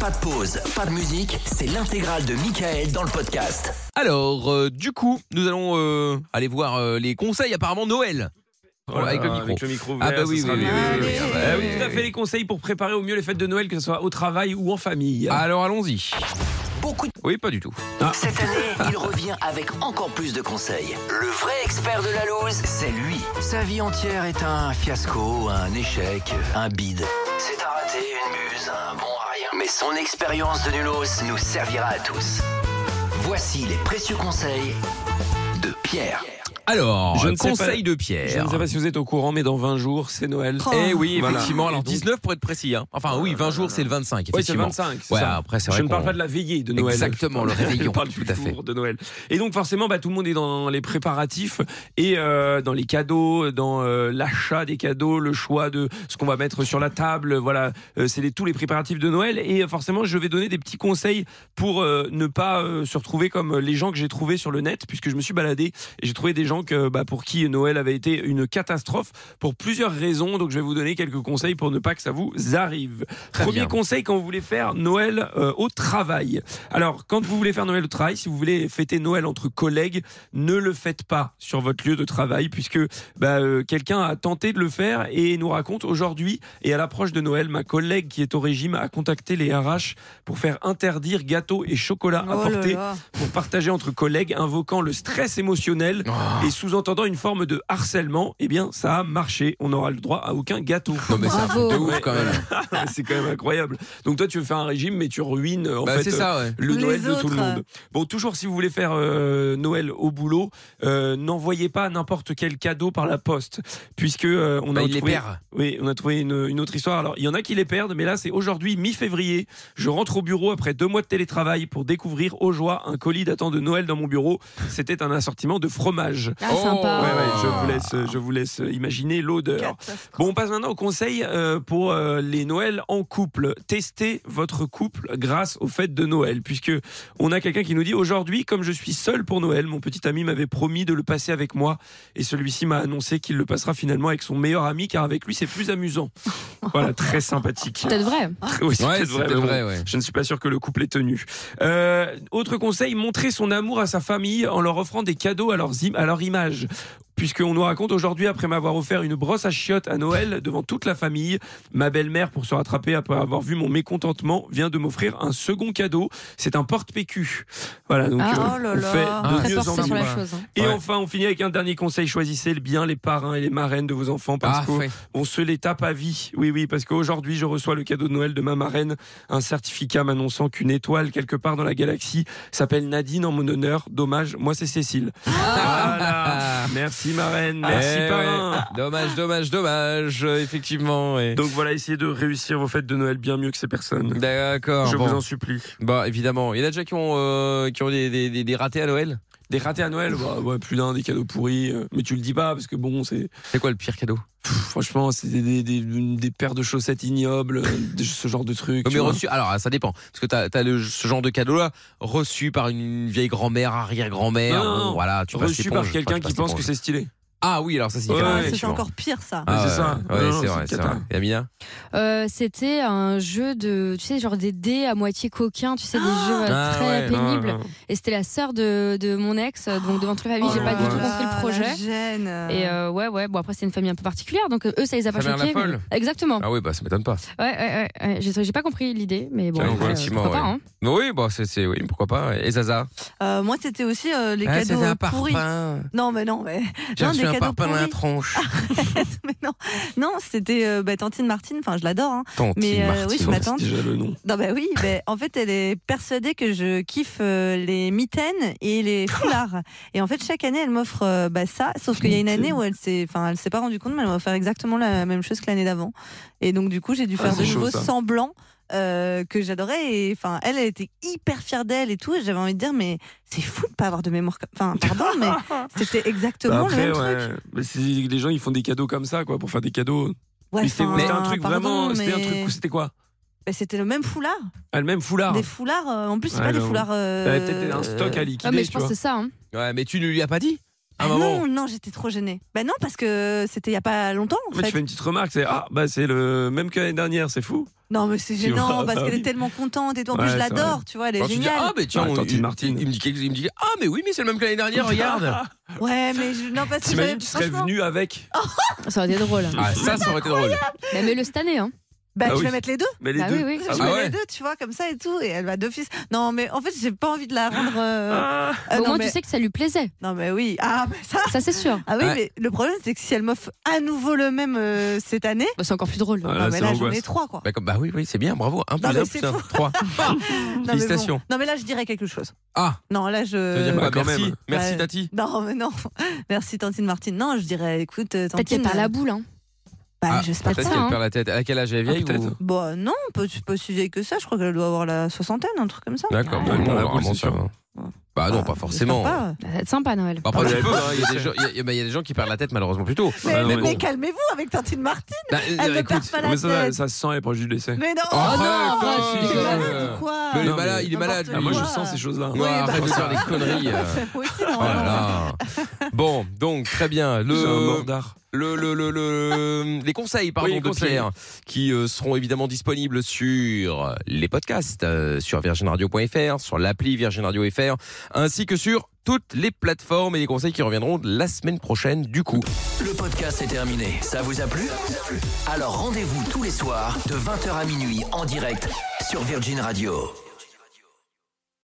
Pas de pause, pas de musique, c'est l'intégrale de Michael dans le podcast. Alors, euh, du coup, nous allons euh, aller voir euh, les conseils apparemment Noël. Voilà, avec le micro. ouvert, Ah bah oui, ce sera oui, mieux. oui, oui, oui, ah bah Euh, oui, tout à oui, fait oui. les conseils pour préparer au mieux les fêtes de Noël, que ce soit au travail ou en famille. Alors allons-y. Beaucoup de... Oui, pas du tout. Cette année, il revient avec encore plus de conseils. Le vrai expert de la loose, c'est lui. Sa vie entière est un fiasco, un échec, un bide. C'est un raté, une muse, un bon à rien. Mais son expérience de nulos nous servira à tous. Voici les précieux conseils de Pierre. Alors, Je ne sais conseil pas- de Je Pierre. ne sais pas si vous êtes au courant, mais dans 20 jours, c'est Noël. Eh oui, Voilà. effectivement. Alors Et donc- 19 pour être précis. hein. Enfin oui, 20 jours, c'est le 25. Ouais, c'est le Effectivement. 25. c'est Ouais, ça. après c'est vrai. Je ne parle qu'on- pas de la veillée de Noël. Exactement, le Je parle- réveillon, Je parle du tout à fait. jour de Noël. Et donc forcément, bah, tout le monde est dans les préparatifs et euh, dans les cadeaux, dans euh, l'achat des cadeaux, le choix de ce qu'on va mettre sur la table. Voilà, Euh, c'est les- tous les préparatifs de Noël. Et euh, forcément, je vais donner des petits conseils pour euh, ne pas euh, se retrouver comme les gens que j'ai trouvés sur le net, puisque je me suis baladé et j'ai trouvé des gens que, bah, pour qui Noël avait été une catastrophe pour plusieurs raisons. Donc je vais vous donner quelques conseils pour ne pas que ça vous arrive. Très Premier bien. conseil quand vous voulez faire Noël euh, au travail. Alors, quand vous voulez faire Noël au travail, si vous voulez fêter Noël entre collègues, ne le faites pas sur votre lieu de travail, puisque bah, euh, quelqu'un a tenté de le faire et nous raconte aujourd'hui, et à l'approche de Noël, ma collègue qui est au régime a contacté les RH pour faire interdire gâteaux et chocolat Oh là apportés là. pour partager entre collègues, invoquant le stress émotionnel Ah. et sous-entendant une forme de harcèlement. Eh bien, ça a marché. On n'aura le droit à aucun gâteau. Non mais c'est un Bravo. truc de ouf Ouais. quand même. c'est quand même incroyable. Donc toi, tu veux faire un régime, mais tu ruines euh, en Bah, fait c'est euh, ça, ouais. le Les Noël de tout le autres, monde. Bon, toujours si vous voulez faire euh, Noël au boulot, euh, n'envoyez pas n'importe quel cadeau par la poste, puisque euh, on Bah, a il les trouvé. perd. Oui, on a trouvé une, une autre histoire. Alors, il y en a qui les perdent, mais là, c'est aujourd'hui, mi-février. Je rentre au bureau après deux mois de télétravail pour découvrir au joie un colis datant de Noël dans mon bureau. C'était un assortiment de fromage. Ah, Oh. sympa. Ouais, ouais, je vous laisse, je vous laisse imaginer l'odeur. Bon, on passe maintenant au conseil euh, pour euh, les Noëls en couple. Testez votre couple grâce aux fêtes de Noël, puisque on a quelqu'un qui nous dit aujourd'hui, comme je suis seul pour Noël, mon petit ami m'avait promis de le passer avec moi, et celui-ci m'a annoncé qu'il le passera finalement avec son meilleur ami, car avec lui c'est plus amusant. Voilà, très sympathique. Peut-être vrai. Ah, Oui, c'est Ouais, peut-être c'est vrai, peut-être mais bon. vrai, ouais. Je ne suis pas sûr que le couple est tenu. Euh, autre conseil, montrer son amour à sa famille en leur offrant des cadeaux à, leurs im- à leur image. Puisqu'on nous raconte aujourd'hui, après m'avoir offert une brosse à chiottes à Noël devant toute la famille, ma belle-mère, pour se rattraper après avoir vu mon mécontentement, vient de m'offrir un second cadeau. C'est un porte-PQ. Voilà, donc Ah, euh, oh là on là. fait Ah, de Très mieux en porté sur mieux. la chose. hein. Et Ouais. enfin, on finit avec un dernier conseil. Choisissez bien les parrains et les marraines de vos enfants parce Ah, que ouais. on se les tape à vie. Oui, oui, parce qu'aujourd'hui, je reçois le cadeau de Noël de ma marraine, un certificat m'annonçant qu'une étoile quelque part dans la galaxie s'appelle Nadine en mon honneur. Dommage, moi c'est Cécile. Ah. Voilà. Merci marraine, Ah. merci Eh ouais. parrain. Dommage, dommage, dommage. euh, Effectivement. ouais. Donc voilà, essayez de réussir vos fêtes de Noël bien mieux que ces personnes. D'accord. je bon. vous en supplie. Bah évidemment, il y en a déjà qui ont euh, qui ont des, des- des- des ratés à Noël. Des ratés à Noël, bah, ouais, plus d'un, des cadeaux pourris. euh, Mais tu le dis pas parce que bon, c'est C'est quoi le pire cadeau pff, franchement, c'est des, des, des- des paires de chaussettes ignobles, euh, de- ce genre de trucs. Non, tu mais vois. reçu. Alors ça dépend, parce que t'as as le, ce genre de cadeau là reçu par une vieille grand-mère, arrière-grand-mère. Non, non, bon, non. voilà, tu passes Reçu l'éponge. par quelqu'un Enfin, tu qui passes pense que l'éponge. c'est stylé. Ah oui, alors ça c'est Ouais, différent, ouais, Ça, c'est effectivement. encore pire, ça. Ah, C'est ça. Ouais, Non, non, c'est c'est vrai, c'est cata. vrai. Et Amina Euh, C'était un jeu de, tu sais, genre des dés à moitié coquins, tu sais, des jeux euh, Ah très ouais. pénibles. Ah, Et c'était la sœur de, de mon ex, euh, donc devant toute la famille, Oh j'ai là pas du là, tout compris le projet. Et euh, ouais, ouais, bon après c'est une famille un peu particulière, donc euh, eux ça les a Ça pas a l'air choqués. la folle. Exactement. Ah oui, bah ça m'étonne pas. Ouais, ouais, ouais, ouais. J'ai j'ai pas compris l'idée, mais bon, Ah, après, euh, effectivement, pourquoi ouais. pas, hein. Mais Oui, bah c'est c'est- oui, pourquoi pas. Et Zaza Euh, moi, c'était aussi euh, les Ah, cadeaux c'était un pourris. parpaing. Non, mais non, mais J'ai Non, reçu des un cadeaux parpaing dans la pourris. Ah. tronche. mais non, non, c'était euh, bah, Tantine Martine. Enfin, je l'adore. hein. Tante Mais, euh, Martine. oui, je c'est m'attends. déjà le nom. Non, bah oui. bah, en fait, elle est persuadée que je kiffe euh, les mitaines et les foulards. et en fait, chaque année, elle m'offre euh, bah, ça. Sauf qu'il y a une Mitaines. année où elle s'est, enfin, elle s'est pas rendue compte, mais elle m'a offert exactement la même chose que l'année d'avant. Et donc, du coup, j'ai dû Ah, faire c'est de chaud, nouveau ça. semblant. euh, que j'adorais et enfin elle, elle était hyper fière d'elle et tout et j'avais envie de dire mais c'est fou de pas avoir de mémoire comme- enfin pardon mais c'était exactement Bah, Après, le même truc ouais. Mais c'est- les gens, ils font des cadeaux comme ça, quoi, pour faire des cadeaux. Ouais, mais c'était enfin, euh, c'était un truc pardon, vraiment. C'était un mais- truc. où C'était quoi Bah, c'était le même foulard. Ah, le même foulard. Des foulards. euh, En plus, c'est Ouais, pas des non. foulards. euh, T'avais peut-être un stock à euh, liquider, Ah, mais je tu pense que vois. c'est ça. hein. Ouais, mais tu ne lui as pas dit à un Ah bah moment. non, non, j'étais trop gênée. Bah non, parce que c'était il y a pas longtemps. En Mais tu fait. fais une petite remarque, c'est ah bah c'est le même que l'année dernière, c'est fou. Non, mais c'est Tu gênant vois, parce bah qu'elle oui. est tellement contente et tout. En Ouais, plus, je c'est l'adore, tu vois, elle est Alors, tu dis, géniale. ah, mais tiens, Ah, on- Tante il, Martine. il me dit, quelque- il me dit, ah, mais oui, mais c'est le même que l'année dernière, regarde. Ouais, mais je- non, parce que Ah, T'imagines, j'avais- tu serais franchement, Ah, venu avec. Ça aurait été drôle. Ah, ça, ça aurait été drôle. Mais mais le cette année, hein. Bah, Ah je oui. vais mettre les deux. Mais les Bah deux. oui, oui. Je Ah vais ouais. mettre les deux, tu vois, comme ça et tout. Et elle va d'office. Non, mais en fait, j'ai pas envie de la rendre. euh, Ah. euh, Au non, moins, mais- tu sais que ça lui plaisait. Non, mais oui. Ah, mais ça. Ça, c'est sûr. Ah oui, Ouais. mais le problème, c'est que si elle m'offre à nouveau le même euh, cette année, Bah, c'est encore plus drôle. Ah, là, non, mais c'est là, j'en ai l'angoisse. trois, quoi. Bah, comme- bah oui, oui, c'est bien, bravo. Un plus mais un c'est plus un, fou. trois. Non, mais bon. Félicitations. Non, mais là, je dirais quelque chose. Ah, Non, là, ça veut dire je. quoi bah, quand Merci, même. merci Ouais. Tati. Non, mais non. Merci, Tantine Martine. Non, je dirais, écoute, euh, Peut-être Tantine. qu'elle perd la boule, hein. Bah, Ah, j'espère Peut-être ça, qu'elle hein. perd la tête. À quel âge elle est vieille Ah, peut-être. ou- Bah non, pas, pas si vieille que ça. Je crois qu'elle doit avoir la soixantaine, un truc comme ça. D'accord, Ouais. bah, bon, Ouais. alors, bon, ça va. Ouais. Bah non, pas Ah, j'espère forcément. pas. Ça va être sympa, Noël. Bah, après, Ah, tu ouais. peux, hein, il y a des gens- il y a- bah, il y a des gens qui perdent la tête malheureusement plus tôt. Ah, Mais, Ouais, mais- ouais. mais calmez-vous avec Tantine Martine. Bah, Elle ne écoute, perd pas la Mais ça, tête. ça se sent les proches du décès. Mais non, Oh, oh, d'accord, non, si, t'es si, malade si. ou quoi Mais il est Non, malade, il est mais- malade. Ah, Ah, moi je Ouais. sens ces choses-là. Ouais, arrête de faire des conneries. euh. Moi aussi, Oh là là. Bon, donc très bien. J'ai un Le, mordard. le, le, le, le- les conseils pardon, Oui, les de conseils. Pierre qui euh, seront évidemment disponibles sur les podcasts, euh, sur virginradio.fr, sur l'appli Virgin Radio FR, ainsi que sur toutes les plateformes et les conseils qui reviendront la semaine prochaine du coup. Le podcast est terminé. Ça vous a plu Alors rendez-vous tous les soirs de 20h à minuit en direct sur Virgin Radio.